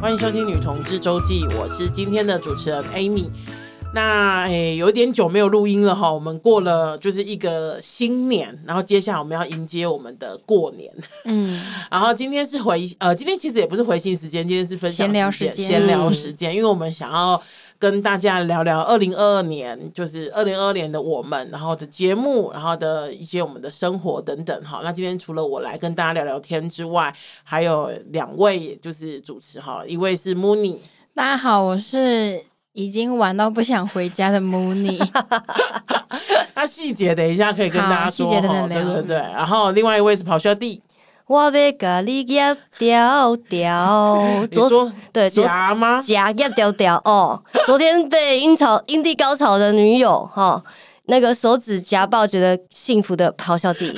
欢迎收听《女同志周记》，我是今天的主持人 Amy。那诶、有点久没有录音了哈，我们过了就是一个新年，然后接下来我们要迎接我们的过年。嗯，然后今天是回呃，今天其实也不是回信时间，今天是分享闲聊时时间，间嗯闲聊时间，因为我们想要跟大家聊聊二零二二年，就是二零二二年的我们，然后的节目，然后的一些我们的生活等等。好，那今天除了我来跟大家聊聊天之外，还有两位就是主持哈，一位是 Mooney，大家好，我是已经玩到不想回家的 Mooney。那细节等一下可以跟大家好说细节等哈，等对聊对对。然后另外一位是咆哮帝，我要甲你夹掉掉， 你说昨对昨夹 吗？夹夹掉掉哦， 昨天被阴潮阴蒂高潮的女友哈、那个手指夹爆，觉得幸福的咆哮帝，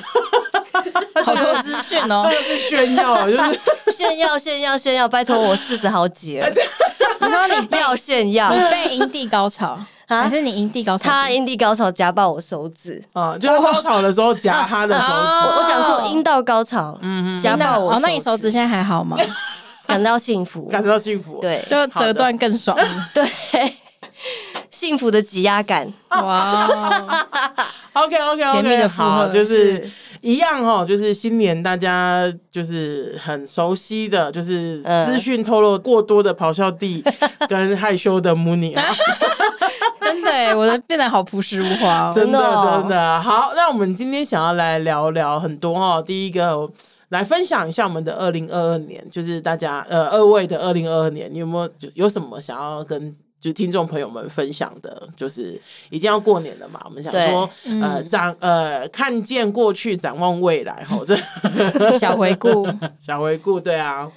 好多资讯这哦个。是炫耀，就是 炫耀炫耀炫耀，拜托我四十好几 了，你说你不被要炫耀你，被营地高潮，啊还是你营地高潮？他阴蒂高潮夹爆我手指，啊，就是高潮的时候夹他的手指。我讲哦错阴道高潮，嗯夹爆我哦，那你手指现在还 好吗？感到幸福， 感觉到幸福。对就折断更爽。对， 幸福的挤压感，哇哦， ，OK OK 甜蜜 OK，的负荷好，就是是一样哈，就是新年大家就是很熟悉的，就是嗯资讯透露过多的咆哮 帝跟害羞的母女，真的耶，我的变得好朴实无华哦。真真的的哦真的好。那我们今天想要来聊聊很多哈，第一个。来分享一下我们的二零二二年，就是大家呃二位的二零二二年，你有没有就有什么想要跟就听众朋友们分享的？就是已经要过年了嘛，我们想对嗯说呃展呃看见过去，展望未来，吼这 小回顾，小回顾，对啊，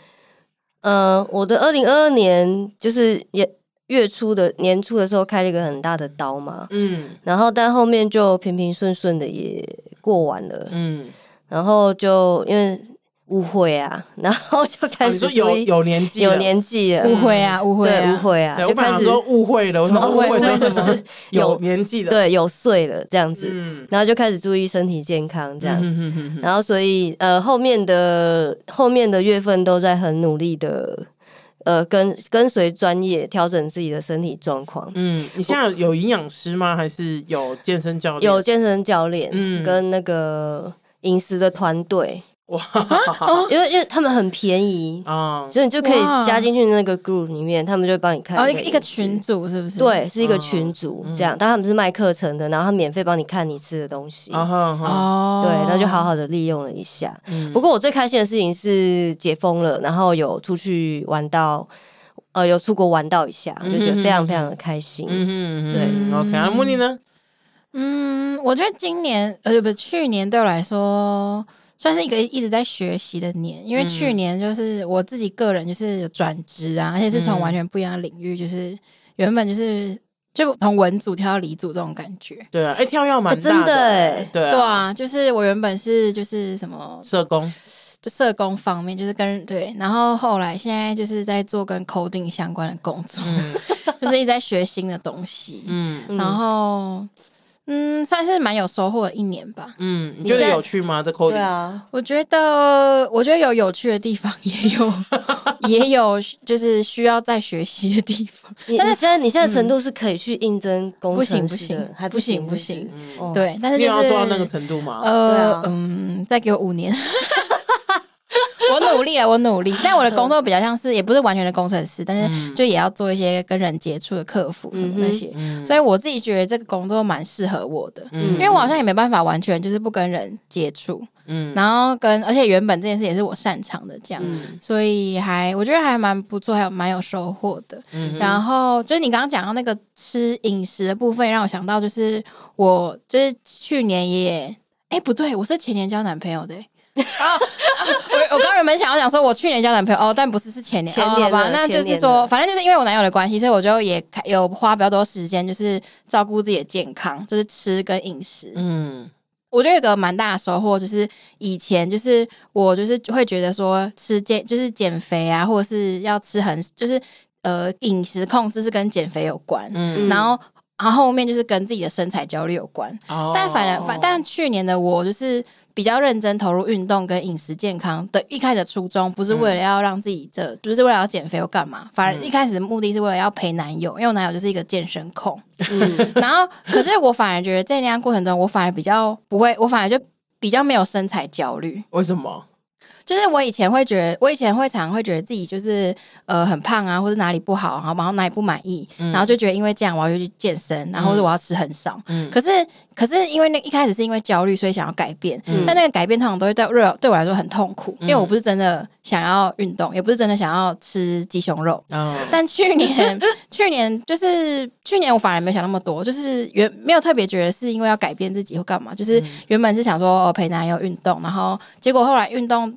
呃，我的二零二二年就是也月初的年初的时候开了一个很大的刀嘛，嗯然后但后面就平平顺顺的也过完了，嗯，然后就因为误会啊，然后就哦开你始说注有意有年纪了，有年纪了，误会啊，误会对啊，误。会啊，对，就我本来开想始哦说误会了，我怎么说误会误会是不什么是有有年纪了，，对有岁了这样子，嗯，然后就开始注意身体健康这样。嗯嗯嗯然后，所以呃，后面的后面的月份都在很努力的，呃，跟跟随专业调整自己的身体状况。嗯，你现在有营养师吗？还是有健身教练？有健身教练，嗯跟那个饮食的团队，哇因为因为他们很便宜，啊，所以你就可以哇加进去那个 group 里面，他们就会帮你看哦，一你个的一个饮食群。组是不是？对，是一哦个群组嗯这样，但他们是卖课程的，然后他免费帮你看你吃的东西，啊哈哈，哦，对，那就好好的利用了一下。嗯不过我最开心的事情是解封了，然后有出去玩到，呃，有出国玩到一下，就觉得非常非常的开心。嗯嗯嗯对嗯，OK，那茉莉呢？嗯，我觉得今年呃不，去年对我来说算是一个一直在学习的年，因为嗯去年就是我自己个人就是有转职啊，而且是嗯从完全不一样的领域，就是原本就是就从文组跳到理组这种感觉。对啊，哎，跳跃蛮哎大真的哎哎，对对啊，啊，就是我原本是就是什么社 工，就社工方面，就是跟对，然后后来现在就是在做跟 coding 相关的工作，嗯 就是一直在学新的东西，嗯嗯然后嗯，算是蛮有收获的一年吧。嗯，你你觉得现在有趣吗？这 coding 对啊，我觉得，我觉得有有趣的地方， 也有也有就是需要再学习的地方。你你现在你现在程度是可以去应征工不行程不师的行，还不行不是行是嗯哦对，但是你就有要是做到那个程度吗？对呃、啊嗯，再给我五年。 我努力了，我努力，但我的工作比较像是，也不是完全的工程师，但是就也要做一些跟人接触的客服什么那些，嗯所以我自己觉得这个工作蛮适合我的，嗯因为我好像也没办法完全就是不跟人接触，嗯然后跟而且原本这件事也是我擅长的，这样，嗯所以还我觉得还蛮不错，还有蛮有收获的。嗯然后就是你刚刚讲到那个吃饮食的部分，让我想到就是我就是去年也哎不对，我是前年交男朋友的、欸。哦， 我我刚原本想要讲说，我去年交男朋友哦，但不是是前年，前哦、年好吧了，那就前是年说，了反正就是因为我男友的关系，所以我就也开有花比较多时间，就是照顾自己的健康，就是吃跟饮食。嗯我觉得有个蛮大的收获，就是以前就是我就是会觉得说吃减就是减肥啊，或者是要吃很就是呃饮食控制是跟减肥有关，嗯然后。然后后面就是跟自己的身材焦虑有关。哦但反而反，但去年的我就是比较认真投入运动跟饮食健康的，一开始的初衷不是嗯为了要让自己的，不是为了要减肥或干嘛，反而一开始的目的是为了要陪男友，因为我男友就是一个健身控。嗯然后，可是我反而觉得在那样过程中，我反而比较不会，我反而就比较没有身材焦虑。为什么？就是我以前会觉得，我以前会常会觉得自己就是呃很胖啊，或者哪里不好，然后然后哪里不满意，然后就觉得因为这样我要去健身，然后或者我要吃很少。嗯可是可是因为那一开始是因为焦虑，所以想要改变，嗯但那个改变通常都会对对我对我来说很痛苦，因为嗯我不是真的想要运动，也不是真的想要吃鸡胸肉。嗯但去年，去年就是去年，我反而没有想那么多，就是原没有特别觉得是因为要改变自己或干嘛，就是原本是想说、哦、陪男友运动，然后结果后来运动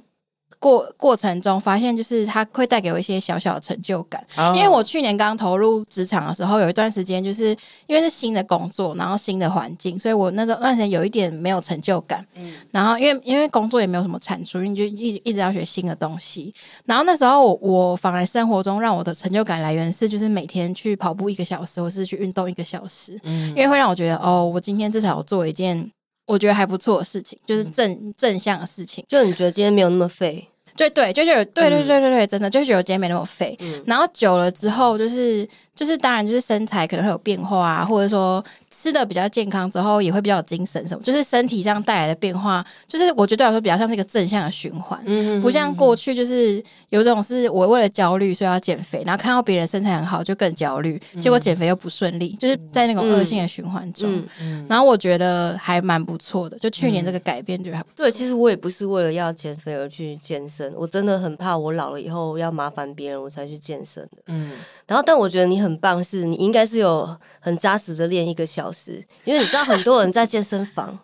过过程中发现，就是它会带给我一些小小的成就感。哦因为我去年刚投入职场的时候，有一段时间就是因为是新的工作，然后新的环境，所以我那时候那段时间有一点没有成就感。然后因为因为工作也没有什么产出，你就一直一直要学新的东西。然后那时候我我反而生活中让我的成就感来源是，就是每天去跑步一个小时，或是去运动一个小时，嗯因为会让我觉得哦，我今天至少有做一件。我觉得还不错的事情，就是正、正向的事情。就你觉得今天没有那么废，对对，就觉得对嗯对对对对，真的就觉得我今天没那么肥。嗯然后久了之后，就是就是当然就是身材可能会有变化啊，或者说吃的比较健康之后也会比较有精神什么，就是身体上带来的变化，就是我觉得对我来说比较像是一个正向的循环。嗯不像过去，就是有种是我为了焦虑所以要减肥，然后看到别人身材很好就更焦虑，嗯结果减肥又不顺利，就是在那种恶性的循环中。嗯嗯然后我觉得还蛮不错的，就去年这个改变觉得还不错。 对，其实我也不是为了要减肥而去健身，我真的很怕我老了以后要麻烦别人，我才去健身的。嗯然后，但我觉得你很棒，是你应该是有很扎实的练一个小时，因为你知道很多人在健身房，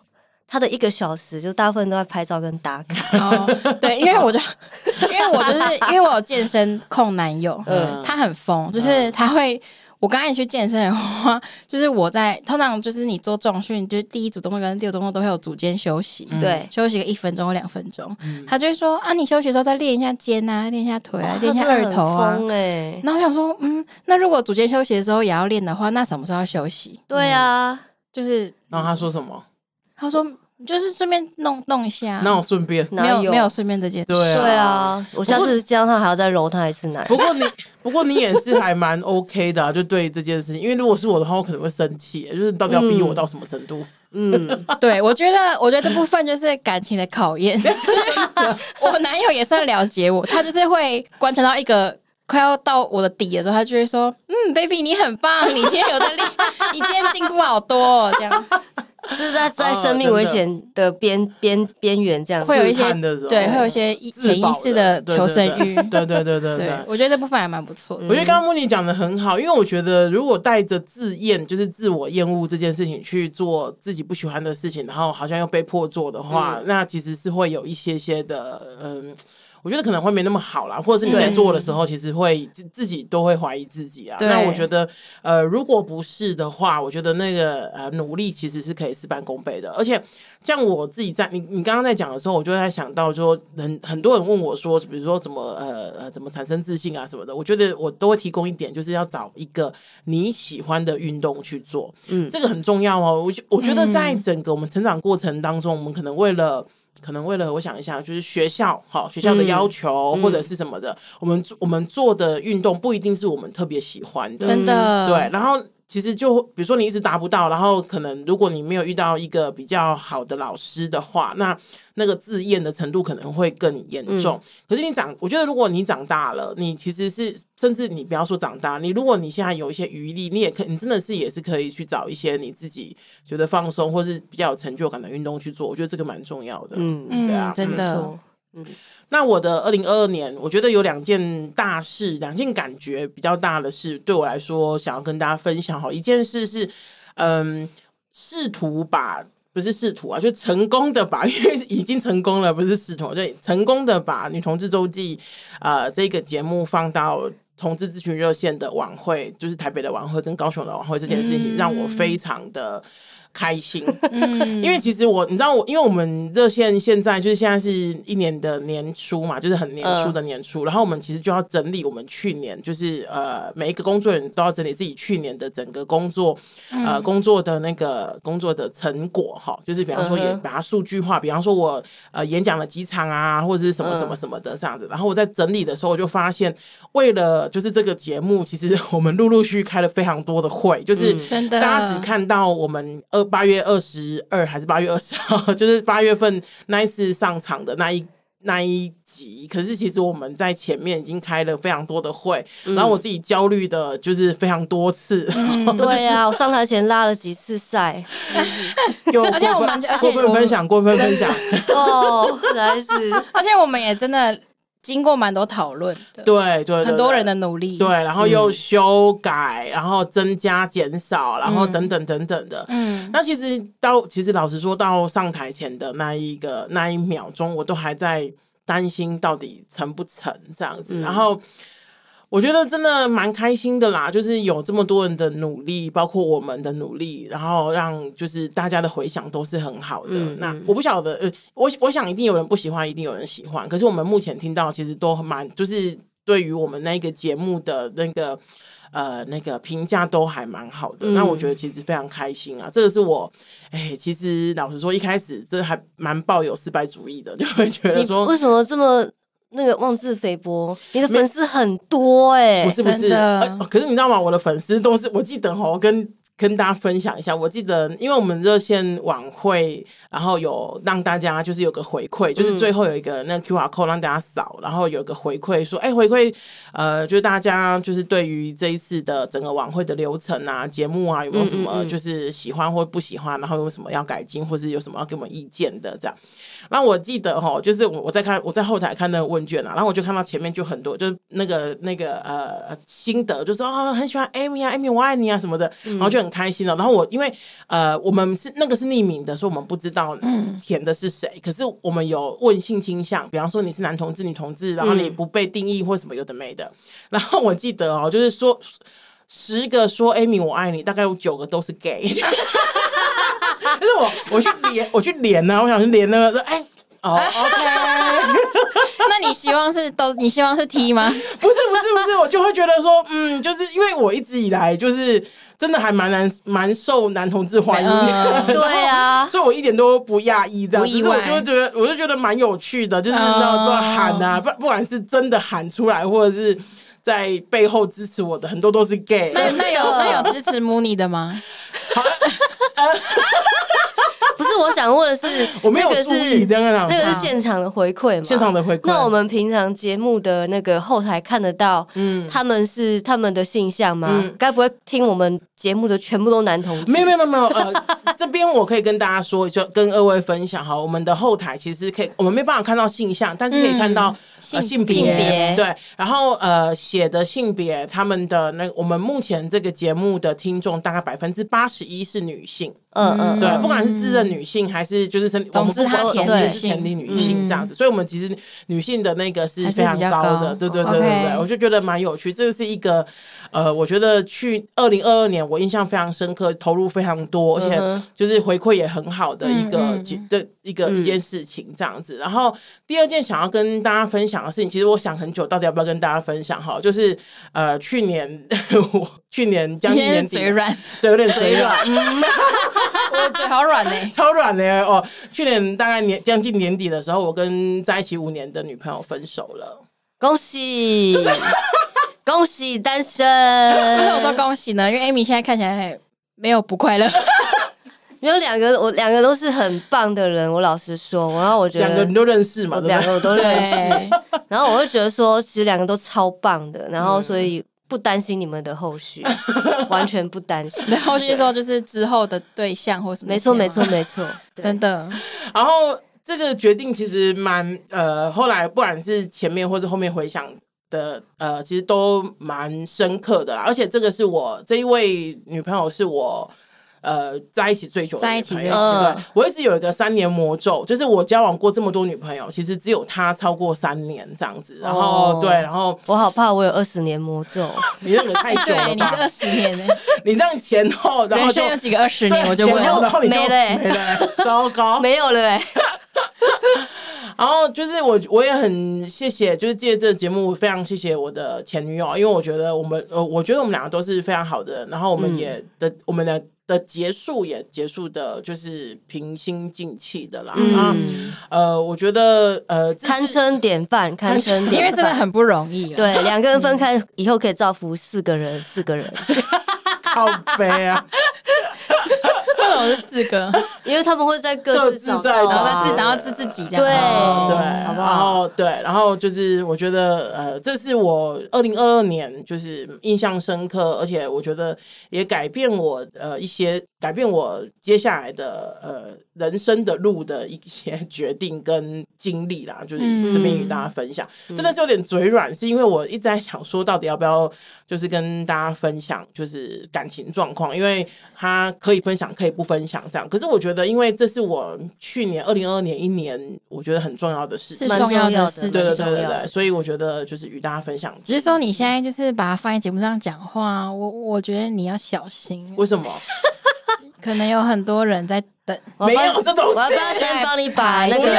他的一个小时就大部分都在拍照跟打卡。哦，对，因为我就因为我就是因为我有健身控男友，嗯他很疯，就是他会。我刚开始去健身的话，就是我在通常就是你做重训，就是第一组动作跟第五动作都会有组间休息，对，休息个一分钟或两分钟，嗯他就会说啊，你休息的时候再练一下肩啊，练一下腿啊，练一下二头啊。哎、欸，然后我想说，嗯，那如果组间休息的时候也要练的话，那什么时候要休息？对啊，就是然后他说什么？他说，就是顺便弄弄一下，啊那我顺便。没哪有有没有顺便这件事。对对啊，我下次教他还要再揉他一次奶。不过你， 不过你也是还蛮 OK 的、啊，就对这件事情。因为如果是我的话，我可能会生气，就是你到底要逼我到什么程度？嗯， 对，我觉得，我觉得这部分就是感情的考验。 我男友也算了解我，他就是会观察到一个快要到我的底的时候，他就会说：“嗯，baby，你很棒，你今天有在练，你今天进步好多、哦。”这样这是在在哦生命真的危险的边边边缘这样子会。有一些试探的时候对，会有一些意自潜保意识的对求生欲。对对对对对对对，。我觉得这部分还蛮不错的。我觉得刚刚莫妮讲的很好，因为我觉得如果带着自厌，就是自我厌恶这件事情去做自己不喜欢的事情，然后好像又被迫做的话，嗯那其实是会有一些些的，嗯，我觉得可能会没那么好啦，或者是你在对做的时候，其实会自自己都会怀疑自己啊。对那我觉得，呃，如果不是的话，我觉得那个呃努力其实是可以事半功倍的，而且。像我自己在你你刚刚在讲的时候，我就在想到说，很很多人问我说，比如说怎么呃呃怎么产生自信啊什么的，我觉得我都会提供一点，就是要找一个你喜欢的运动去做，嗯，这个很重要哦。我觉我觉得在整个我们成长过程当中，我们可能为了。可能为了我想一下，就是学校好学校的要求、或者是什么的，我们我们做的运动不一定是我们特别喜欢的，真的，嗯对，然后其实就比如说你一直达不到，然后可能如果你没有遇到一个比较好的老师的话，那那个自厌的程度可能会更严重。可是你长，我觉得如果你长大了，你其实是甚至你不要说长大，你如果你现在有一些余力，你也可你真的是也是可以去找一些你自己觉得放松或是比较有成就感的运动去做，我觉得这个蛮重要的。嗯，没嗯，对啊真的，错那我的二零二二年，我觉得有两件大事，两件感觉比较大的事，对我来说，想要跟大家分享哈。一件事是，嗯，试图把不是试图啊， 就成功的把， 因为已经成功了，不是试图，对，成功的把女同志周记呃这个节目放到。同志咨询热线的晚会，就是台北的晚会跟高雄的晚会这件事情，嗯让我非常的开心。嗯， 因为其实我，你知道我，因为我们热线现在就是现在是一年的年初嘛，就是很年初嗯的年初，然后我们其实就要整理我们去年，就是呃每一个工作人员都要整理自己去年的整个工作，呃嗯工作的那个工作的成果哈，就是比方说也嗯哼把它数据化，比方说我呃演讲了几场啊，或者是什么嗯什么什么的这样子。然后我在整理的时候，我就发现，为了就是这个节目，其实我们陆陆续续开了非常多的会，就是。嗯真的，大家只看到我们二八月二十二还是八月二十号， 就是八月份那一次上场的那一。那一集，可是其实我们在前面已经开了非常多的会，嗯然后我自己焦虑的就是非常多次， 对啊，我上台前拉了几次赛有而且我过们分就而且过我分们分 享，过分分享，哦，原来是而且我们也真的经过蛮多讨论的，对对对，很多对人的嗯努力，对，，然后又修改，然后增加、减少，然后等等等等的。嗯，那其实到，其实老实说，到上台前的那一个那一秒钟，我都还在担心到底成不成这样嗯子。然后我觉得真的蛮开心的啦，就是有这么多人的努力，包括我们的努力，然后让就是大家的回响都是很好的。嗯那嗯我不晓得，呃，我我想一定有人不喜欢，一定有人喜欢。可是我们目前听到其实都蛮，就是对于我们那个节目的那个呃那个评价都还蛮好的。那我觉嗯得其实非常开心啊，这个是我哎、其实老实说，一开始这还蛮抱有失败主义的，就会觉得你说为什么这么那个妄自菲薄？你的粉丝很多哎、不是不是、真的呃可是你知道吗？我的粉丝都是，我记得哦，跟跟大家分享一下，我记得，因为我们热线晚会，然后有让大家就是有个回馈，嗯就是最后有一个那个 QR code 让大家扫，然后有个回馈说，哎、回馈呃，就是大家就是对于这一次的整个晚会的流程啊、节目啊，有没有什么嗯嗯嗯就是喜欢或不喜欢，然后有什么要改进，或是有什么要给我们意见的这样。然后我记得哈，就是我我在看我在后台看那个问卷啊，然后我就看到前面就很多，就是那个那个呃心得，就说哦很喜欢 Amy 啊，Amy 我爱你啊什么的，然后就很开心了。然后我因为呃我们是那个是匿名的，所以我们不知道填的是谁，可是我们有问性倾向，比方说你是男同志、女同志，然后你不被定义或什么有的没的。然后我记得哦，就是说十个说 Amy 我爱你，大概有九个都是 gay。但是我我去连我去连呢、啊，我想去连那个说，哎、哦，OK， 那你希望是都你希望是 T 吗？不是不是不是，我就会觉得说，嗯，就是因为我一直以来就是真的还蛮难蛮受男同志欢迎的，嗯对啊， 所以我一点都不讶异这样，不只意是我外就会觉得，我就觉得蛮有趣的，就是那哦乱喊啊，不不管是真的喊出来，或者是在背后支持我的，很多都是 gay。那那有真的那有支持 Mooney 的吗？不是我想问的是 ，我没有那个注意是这样啊那个是现场的回馈嘛？现场的回馈，那我们平常节目的那个后台看得到，嗯嗯，他们是他们的性向吗嗯？该、不会听我们节目的全部都男同志？没有没有没有没有，呃，这边我可以跟大家说，就跟二位分享哈，我们的后台其实可以，我们没办法看到性向，但是可以看到、呃、性性性别别对，然后呃写的性别，他们的那我们目前这个节目的听众大概百分之八十一是女性，嗯嗯，对，啊不管是自认女性还是就是身体，我总们之不管她总填之女是性嗯填定女性这样子，所以我们其实女性的那个是还是非常比较高的，高对对对对对 OK 我就觉得蛮有趣，这个是一个呃，我觉得去二零二二年我印象非常深刻，投入非常多，而且嗯哼就是回馈也很好的一个嗯嗯几的一个一件事情这样子。然后第二件想要跟大家分享的事情，其实我想很久，到底要不要跟大家分享哈，就是呃去年 我去年将你近现在 年是底嘴，软，对，有点嘴软，我的嘴好软呢、超软欸的耶哦！去年大概年将近年底的时候，我跟在一起五年的女朋友分手了。恭喜恭喜单身。但是我说恭喜呢，因为 Amy 现在看起来没有不快乐，没有两个，我两个都是很棒的人。我老实说，然后我觉得两个你都认识嘛？我对不两 个对？我都认识，对，然后我就觉得说，其实两个都超棒的，然后所以不担心你们的后续， 完全不担心然。后就是说就是之后的对象或什么，没错，没错，，没啊错，对真的，然后这个决定其实蛮呃，后来不管是前面或是后面回想的呃，其实都蛮深刻的啦。而且这个是我这一位女朋友是我。呃在一起最久的在一女起朋最友久对我一直有一个三年魔咒，就是我交往过这么多女朋友，其实只有她超过三年这样子。然后、哦对，然后我好怕我有二十年魔咒，你那个太久 对，了哎你是二吧？十年呢，你这样前后，然后人就生有几个二十对年？我就前问，后然后你就没了欸没了欸，糟糕，没有了哎、然后就是我，我也很谢谢，就是借这个节目，非常谢谢我的前女友，因为我觉得我们，呃，我觉得我们两个都是非常好的人，然后我们也的、我们的的结束也结束的，就是平心静气的啦。啊，嗯，呃，我觉得，呃，这堪是称典范，堪称典范，因为真的很不容易啊啦。对，两个人分开以后可以造福四个人，四个人，靠背啊，为什么是四个？ 因为他们会在各自找各自在到找然后啊自找然后自自己这样。对哦哦对，好不然好后对，然后就是我觉得，呃，这是我二零二二年就是印象深刻，而且我觉得也改变我呃一些改变我接下来的呃人生的路的一些决定跟经历啦，就是嗯这边与大家分享，真的是有点嘴软，是因为我一直在想说，到底要不要就是跟大家分享就是感情状况，因为他可以分享，可以不分享这样。可是我觉得，因为这是我去年二零二二年一年我觉得很重要的事情是，蛮重要重的要的事对对情蛮。对重对要对，的所以我觉得就是与大家分享。只是说你现在就是把它放在节目上讲话，啊我我觉得你要小心，为什么可能有很多人在等。我没要帮有这种我要不要事？先帮你把那个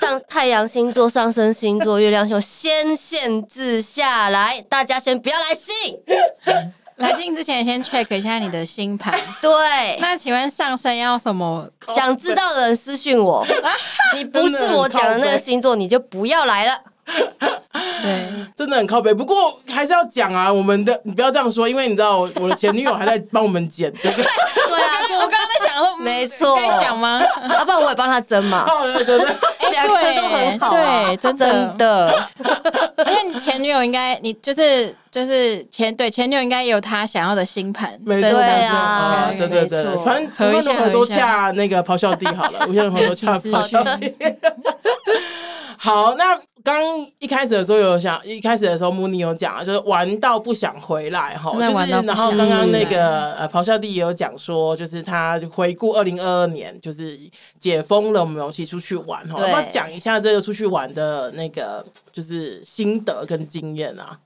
上太阳星座、上升星座、月亮星座先限制下来？大家先不要来信。来信之前先 check 一下你的星盘。对，那请问上升要什么？想知道的人私讯我。你不是我讲的那个星座，你就不要来了。对，真的很靠背，不过还是要讲啊。我们的你不要这样说，因为你知道我我的前女友还在帮我们剪这个。对啊，我刚刚在想说，嗯没错可以讲吗？要啊不然我也帮他争嘛。哦对对对两个都很好啊，对真的哎真的。因为你前女友应该，你就是就是前对前女友应该有她想要的星盘，没对错，对没错，啊哎啊对对对没，错反正无论如何都下那个咆哮帝好了，无论如何都 下咆哮帝。好，那刚一开始的时候有想，一开始的时候穆尼有讲啊，就是玩到不想回来哈，真就的玩是到不然后想刚刚那回个呃咆哮帝也有讲说，就是他回顾二零二二年，就是解封了，我们有一起出去玩哈，要对不要讲一下这个出去玩的那个就是心得跟经验啊？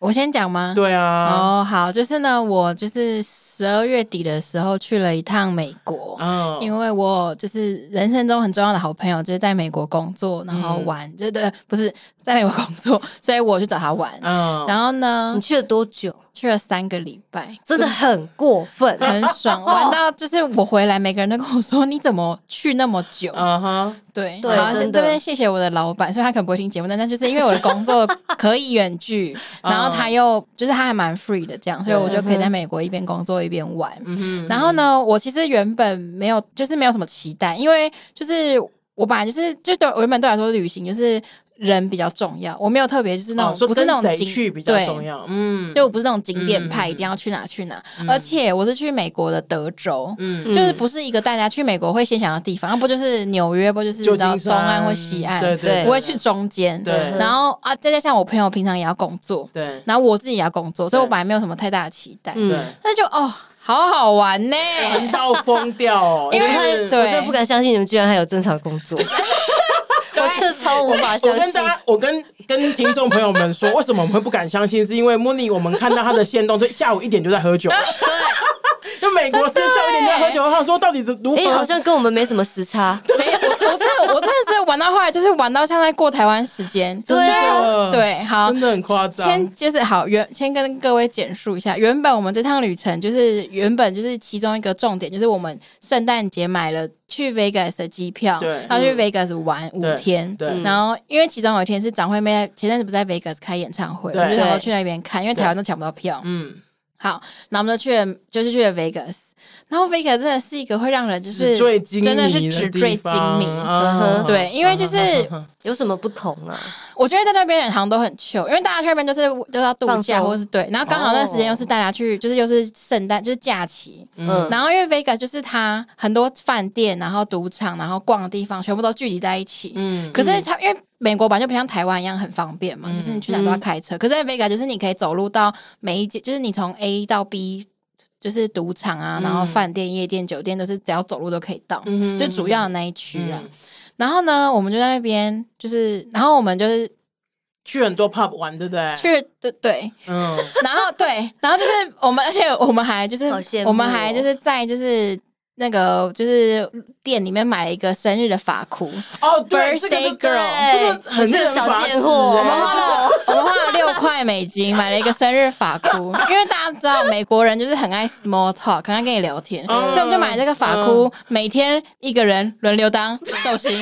我先讲吗？。对啊，哦，好，就是呢，我就是十二月底的时候去了一趟美国，嗯，哦因为我就是人生中很重要的好朋友，就是在美国工作，然后嗯玩，就对，不是在美国工作， 所以我去找他玩。嗯，然后呢你，去了多久？去了三个礼拜，真的很过分。很爽，玩到就是我回来，每个人都跟我说你怎么去那么久？嗯哼。对，对好，是真的这边谢谢我的老板，虽然他可能不会听节目，但他就是因为我的工作可以远距， 然后他又就是他还蛮 free 的这样，所以我就可以在美国一边工作一边玩。嗯然后呢，我其实原本没有，就是没有什么期待，因为就是我本来就是就对我原本对我来说，旅行就是人比较重要，我没有特别就是那种、哦、说不是那跟种谁景去比较对重要，嗯，就我不是那种景点派，嗯嗯一定要去哪去哪。而且我是去美国的德州，嗯，就是不是一个大家去美国会先想到的地方，要啊不就是纽约，不就是旧到金东山岸或西岸，对对，对不会去中间。对然后啊，再加上我朋友平常也要工作，对然后我自己也要工作，所以我对本来没有什么太大的期待。对，嗯，那就哦，好好 玩呢、玩到疯掉哦， 因为就是对我真的不敢相信你们居然还有正常工 作，我真的超无法我相跟信。大家，我跟跟听众朋友们 说，为什么我们会不敢相信？是因为 Mooney，我们看到他的线动，就下午一点就在喝酒。 就美国是下午一点就在喝酒，我想说到底是如哎、好何？像跟我们没什么时差。没有，我我真的我真的是玩到后来，就是玩到像在过台湾时间。真的对对，好，真的很夸张先。就是好原先跟各位简述一下，原本我们这趟旅程就是原本就是其中一个重点，就是我们圣诞节买了去 Vegas 的机票，对嗯然后去 Vegas 玩五对天，对然后因为其中有一天是张惠妹在前阵子不是在 Vegas 开演唱会，对我们就想要对去那边看，因为台湾都抢不到票。嗯，好，那我们就去了，就是去了 Vegas，然后 Vegas 真的是一个会让人就是纸醉金迷真的是地纸醉金方迷。啊对，因为就是嗯有什么不同啊？我觉得在那边人好像都很 chill，因为大家去那边就是就是要度放假松或是对，然后刚好那哦时间又是大家去，就是又是圣诞，就是假期。嗯，然后因为 Vega 就是它很多饭店，然后赌场，然后逛的地方全部都聚集在一起。嗯，可是它因为美国版就不像台湾一样很方便嘛，嗯就是你去哪都要开车。可是在 Vega 就是你可以走路到每一间，就是你从 A 到 B 就是赌场啊，然后饭店、夜店、酒店都是只要走路都可以到，嗯哼就主要的那一区啊。嗯然后呢，我们就在那边，就是然后我们就是去很多 pub 玩，对不对？去对对， 嗯，然后对，然后就是我们，而且我们还就是好羡慕哦我们还就是在就是。那个就是店里面买了一个生日的发箍，哦，对，这个 Birthday 真的真的很你这令个人小发贱指货我欸 们花了我们花了六块美金买了一个生日发箍，因为大家知道美国人就是很爱 small talk，很爱跟你聊天，嗯所以我们就买这个发箍，每天一个人轮流当寿 星，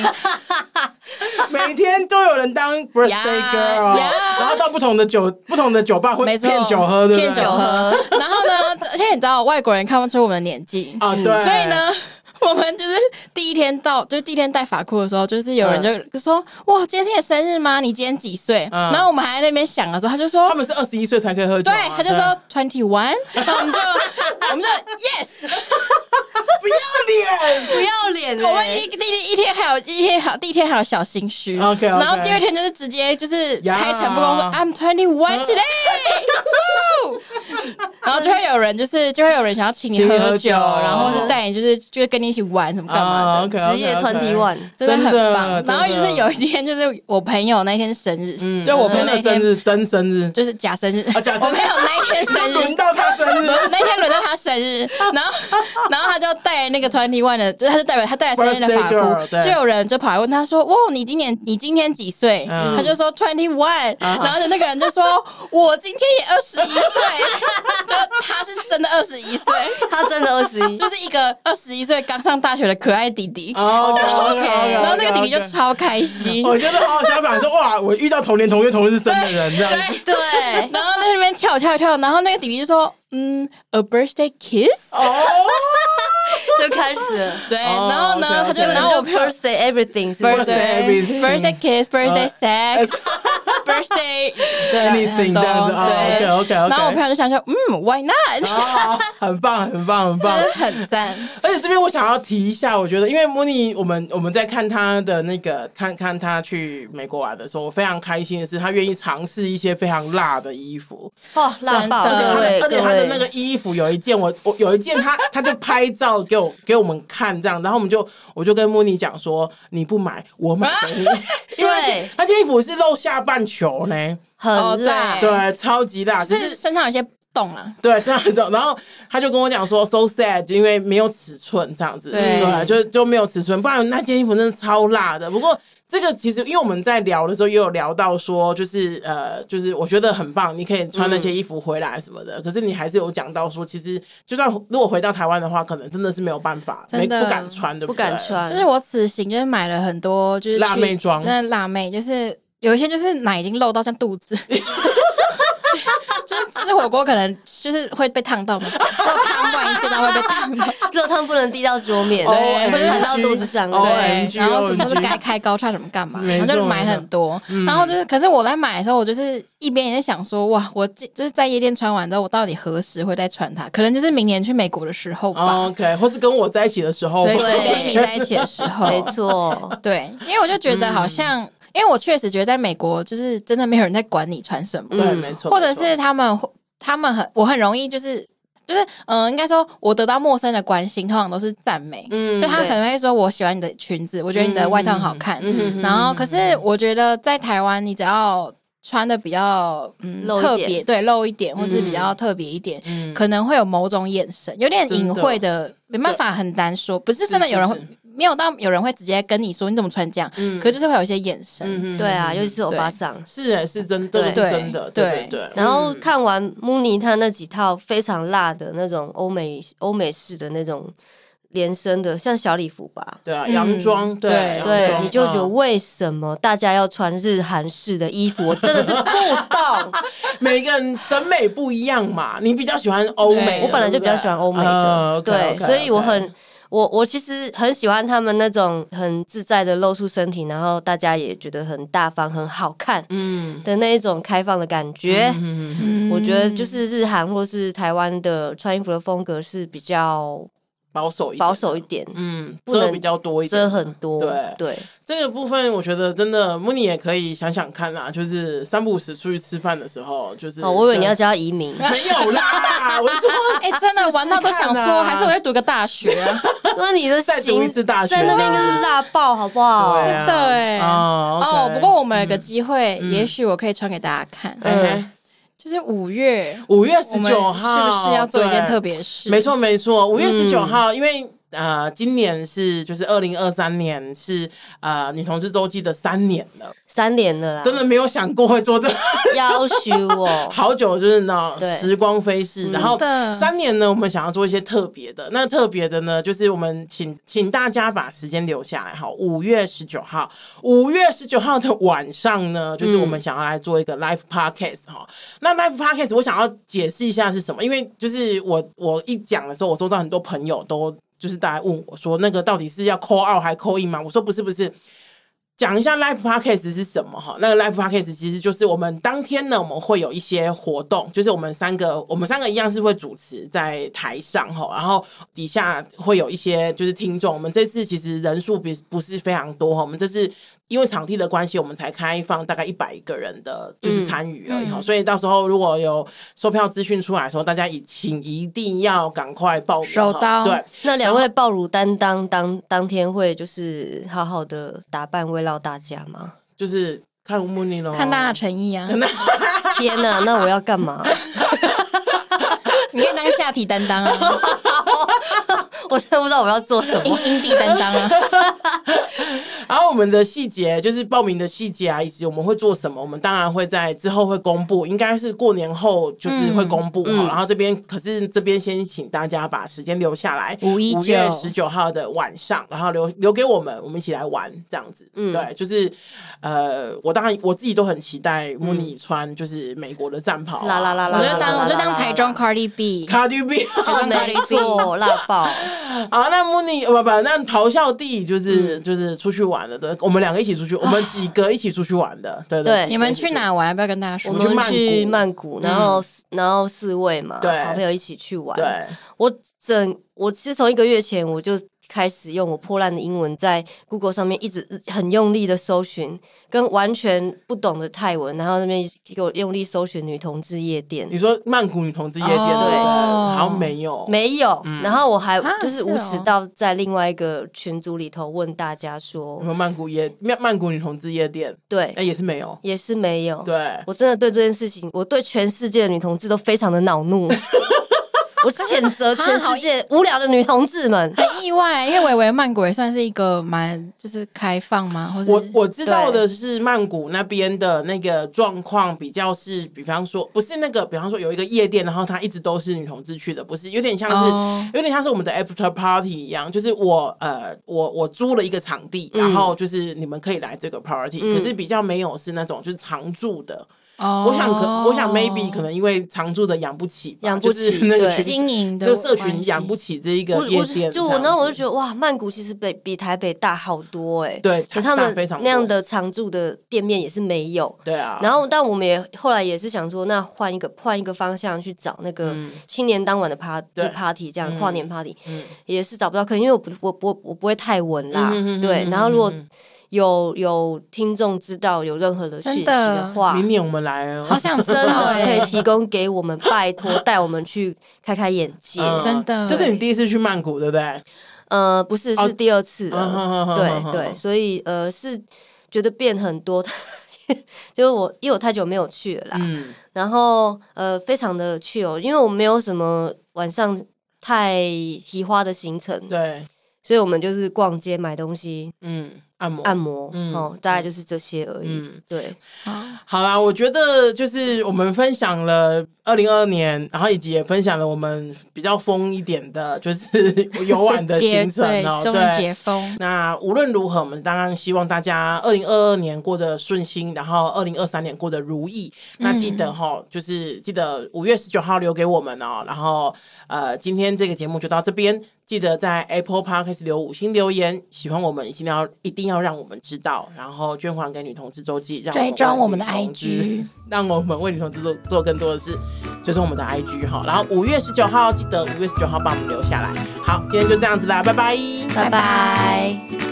每天都有人当 birthday Yeah, girl， yeah 然后到不同的酒、不同的酒吧会没错骗酒喝，对不对？骗酒喝。然后呢，而且你知道外国人看不出我们的年纪，啊，对。所嗯所以，呢， 我们就是第一天到，就是第一天戴法裤的时候，就是有人就就说：“哇，今天是你的生日吗？你今天几岁？”嗯然后我们还在那边想的时候，他就说他们是二十一岁才可以喝：“酒对啊，，他就说 twenty one。” 然后我们就我们就 yes，不要脸。不要脸欸我们一第一一天还有一天还有第一天还有小心虚 OK，OK 然后第二天就是直接就是呀开诚布公说 I'm twenty one today，Woo！然后就会有人就是就会有人想要请你请你喝喝酒，酒然后是带你就是就是跟你一起玩什么干嘛的。啊，OK，职业 twenty one，真的很棒。真的然后真就是的有一天，就是我朋友那一天是生日，嗯，就我朋友真那的一生天日，真生日，就是假生日，啊假生日我朋友那一天生轮 日。到他生日那一天轮到他生日，然后 然后他就带那个 twenty one 的，就是他就代表他带了生日的发 Birthday girl，箍，对就有人就跑来问他说：“哇，你今年你今天几岁？”嗯他就说 twenty one，啊然后就那个人就说：“我今天也二十 一岁。”就他是真的二十一岁，他真的二十一，就是一个二十一岁刚上大学的可爱弟弟。哦，OK，OK，OK，OK。然后那个弟弟就超开心，我觉得好好相反，说哇，我遇到同年同月同日生的人这样子。对，然后在那边跳跳跳，然后那个弟弟就说：“嗯，a birthday kiss。哦， 就开始了”。对，哦然后呢，他 OK，OK 就对然然后后我朋友 birthday everything 是不 Birthday 是？ everything 呃 birthday kiss，birthday sex，birthday 对 anything 很多这样子哦对 OK，OK，OK 然后我朋友就想说：“嗯 ，why not？” 哦很棒，很棒，很棒真。的很赞，而且这边我想要提一下，我觉得因为莫妮，我们我们在看她的那个看看她去美国玩的时候，我非常开心的是，她愿意尝试一些非常辣的衣服，哦，辣爆！她真的各的位而且各她的那位个，衣服有一件我我有一件她她就拍照给我给我们看这样，然后我们就我就跟莫妮讲说，你不买我买给你，因为那件对那件衣服是露下半球呢，哦很对辣，对，超级辣，就只是身上有些洞啊。 对，是那种。然后他就跟我讲说，so sad，就因为没有尺寸这样子，对就就没有尺寸，不然那件衣服真的超辣的。不过这个其实，因为我们在聊的时候也有聊到说，就是呃，就是我觉得很棒，你可以穿那嗯些衣服回来什么的。可是你还是有讲到说，其实就算如果回到台湾的话，可能真的是没有办法，真没的不敢穿，对不对敢。穿就。是我此行就是买了很多，就是去辣妹装真的辣妹，就是有一些就是奶已经露到像 肚子，就是吃火锅可能就是会被烫到嘛，就汤万一见到会被烫到，热汤不能滴到桌面，对会弹到肚子上。哦对，对 OMG，然后什么 OMG 是该开高叉什么干嘛，没然后错嗯就买很多，然后就是可是我在买的时候，我就是一边也在想说，哇，我这就是在夜店穿完之后，我到底何时会再穿它？可能就是明年去美国的时候吧，哦 OK，或是跟我在一起的时候，对，对跟你在一起的时候，没错，对，因为我就觉嗯得好像，因为我确实觉得在美国就是真的没有人在管你穿什么，对，嗯没错，嗯或者没错是他们会他们很我很容易就是就是嗯、呃应该说我得到陌生的关心，通常都是赞美，嗯就他对可能会说我喜欢你的裙子，我觉得你的外套好看，嗯然后可是我觉得在台湾你只要。穿的比较嗯露一特点别，对露一点，或是嗯比较特别一点，嗯可能会有某种眼神，有点真的隐晦的，没办法，很难说。不是是真的有人会是是没有到有人会直接跟你说你怎么穿这样，嗯可就是会有一些眼神。嗯对啊，嗯尤其是欧巴桑。是哎，是真的，这个对是真的，对对对。然后嗯看完穆尼他那几套非常辣的那种欧美欧美式的那种连身的，像小礼服吧，对啊，嗯洋装，对啊对洋对，装你就觉得嗯为什么大家要穿日韩式的衣服？我真的是不懂。每个人审美不一样嘛，你比较喜欢欧美对的，我本来就比较喜欢欧美哦的，对，所以我很。我我其实很喜欢他们那种很自在的露出身体，然后大家也觉得很大方、很好看嗯，的那一种开放的感觉。嗯嗯我觉得就是日韩或是台湾的穿衣服的风格是比较保守一点保守一点，嗯，不遮能比较多一点遮。很多。对对，这个部分我觉得真的木你也可以想想看啦，就是三不五时出去吃饭的时候，就是哦，我以为你要跟叫他移 民，没有啦，我是 说哎、真的啊试试玩到都想看啊说，还是我要读个大学啊？那你的再读一行次大学在那边应该是辣爆，好不好？ 对真的哎、啊哦， OK 不过我们有个机会，嗯也许我可以传给大家看，嗯哎就是五月五月十我们九号是不是要做一件对特别事？没，错，没错，五月十九嗯号，因为呃，今年是就是二零二三年是呃女同志周记的三年了，三年了啦，真的没有想过会做这个，。要求哦 好久，就是呢对时光飞逝。然后真的三年呢，我们想要做一些特别的，那特别的呢，就是我们请请大家把时间留下来，好，五月十九号，五月十九号的晚上呢，就是我们想要来做一个 live podcast 哈、那 live podcast 我想要解释一下是什么，因为就是我我一讲的时候，我周遭很多朋友都就是大家问我说，那个到底是要 call out 还 call in 吗？我说不是不是。讲一下 live podcast 是什么哈？那个 live podcast 其实就是我们当天呢，我们会有一些活动，就是我们三个，我们三个一样是会主持在台上哈，然后底下会有一些就是听众。我们这次其实人数比不是非常多哈，我们这次因为场地的关系，我们才开放大概一百个人的，就是参与而已哈。嗯所以到时候如果有售票资讯出来的时候，大家也请一定要赶快报名哈手刀对。那两位爆乳担当当当天会就是好好的打扮慰劳大家吗？就是看乌木尼咯，看大家的诚意啊，天哪、那我要干嘛？ 你可以当下体担 当啊，我真的不知道我要做什么。哎阴阴蒂担当啊，然后我们的细节就是报名的细节啊，以及我们会做什么，我们当然会在之后会公布，应该是过年后就是会公布哈、嗯嗯然后这边可是这边先请大家把时间留下来，五一五九月十九号的晚上，然后留留给我们，我们一起来玩这样子。嗯对，就是呃，我当然我自己都很期待穆尼穿就是美国的战袍、啊，啦啦啦啦我啦就当我就当台中啦 Cardi B，卡迪 B。啊，没错，哦辣爆！好，那穆尼不不，那咆哮帝嗯就是、就是出去玩了的，我们两个一起出去，我们几个一起出去玩的，对对嗯你们去？哪玩？要不要跟大家我说？们去曼去嗯曼谷，然后然后四位嘛，对好朋友一起去玩。对，我整我其实从一个月前我就开始用我破烂的英文在 Google 上面一直很用力的搜寻，跟完全不懂的泰文，然后那边给我用力搜寻女同志夜店你，说曼谷女同志夜店，哦对不对，对好像没有，没有。嗯然后我还啊就是无是耻哦到在另外一个群组里头问大家我说，们曼谷夜曼曼谷女同志夜店，嗯哎对，也是没有，也是没有。对，我真的对这件事情，我对全世界的女同志都非常的恼 怒。我谴责全世界无聊的女同 志们。很意外，因为维维曼谷也算是一个蛮就是开放嘛，或是我我知道的是曼谷那边的那个状况比较是，比方说不是那个，比方说有一个夜店，然后它一直都是女同志去的，不是有点像是、哦有点像是我们的 after party 一样，就是我呃我我租了一个场地，然后就是你们可以来这个 party，、嗯可是比较没有是那种就是常住的，哦我想可我想 maybe 可能因为常住的养不起吧，养不起就是那个对群经营的就社关群系养不起这一个我夜我店，就我，然后我就觉得得哇，曼谷其实比比台北大好多哎、欸。对，可他大们非常那样多的常住的店面也是没有。对啊，然后，但我们也后来也是想说，那换一个换一个方向去找那个嗯青年当晚的 party 对 party 这样嗯跨年 party，嗯也是找不到客人，因为我不我我我不会泰文啦嗯哼，对嗯。然后如果嗯有有听众知道有任何的讯息真的的话，明年我们来哦， 好想真真 的的可欸以提供给我们，拜托带我们去开开眼界。嗯真的这是你第一次去曼谷，对不对？呃，不是，哦是第二次了。嗯哼哼哼对哼对，哼所以呃是觉得变很多， 就是我因为我太久没有去了啦，嗯，然后呃非常的去哦，因为我没有什么晚上太喜花的行程，对，所以我们就是逛街买东西、嗯，按摩，按摩，嗯哦，大概就是这些而已。嗯对，好好啦，我觉得就是我们分享了二零二年，然后以及也分享了我们比较疯一点的，就是 游玩的解行程对 哦，，终于解对。封，那无论如何，我们当然希望大家二零二二年过得顺心，然后二零二三年过得如意。嗯那记得哈、就是记得五月十九号留给我们哦。然后呃，今天这个节目就到这边，记得在 Apple Podcast 留五星留言，喜欢我们一定要一定要让我们知道，然后捐款给女同志周记，让 追踪我为们的女同志 IG 让我们为女同志做做更多的事。追踪我们的 IG 哈。然后五月十九号记得五月十九号帮我们留下来。好，今天就这样子啦，拜拜。拜拜。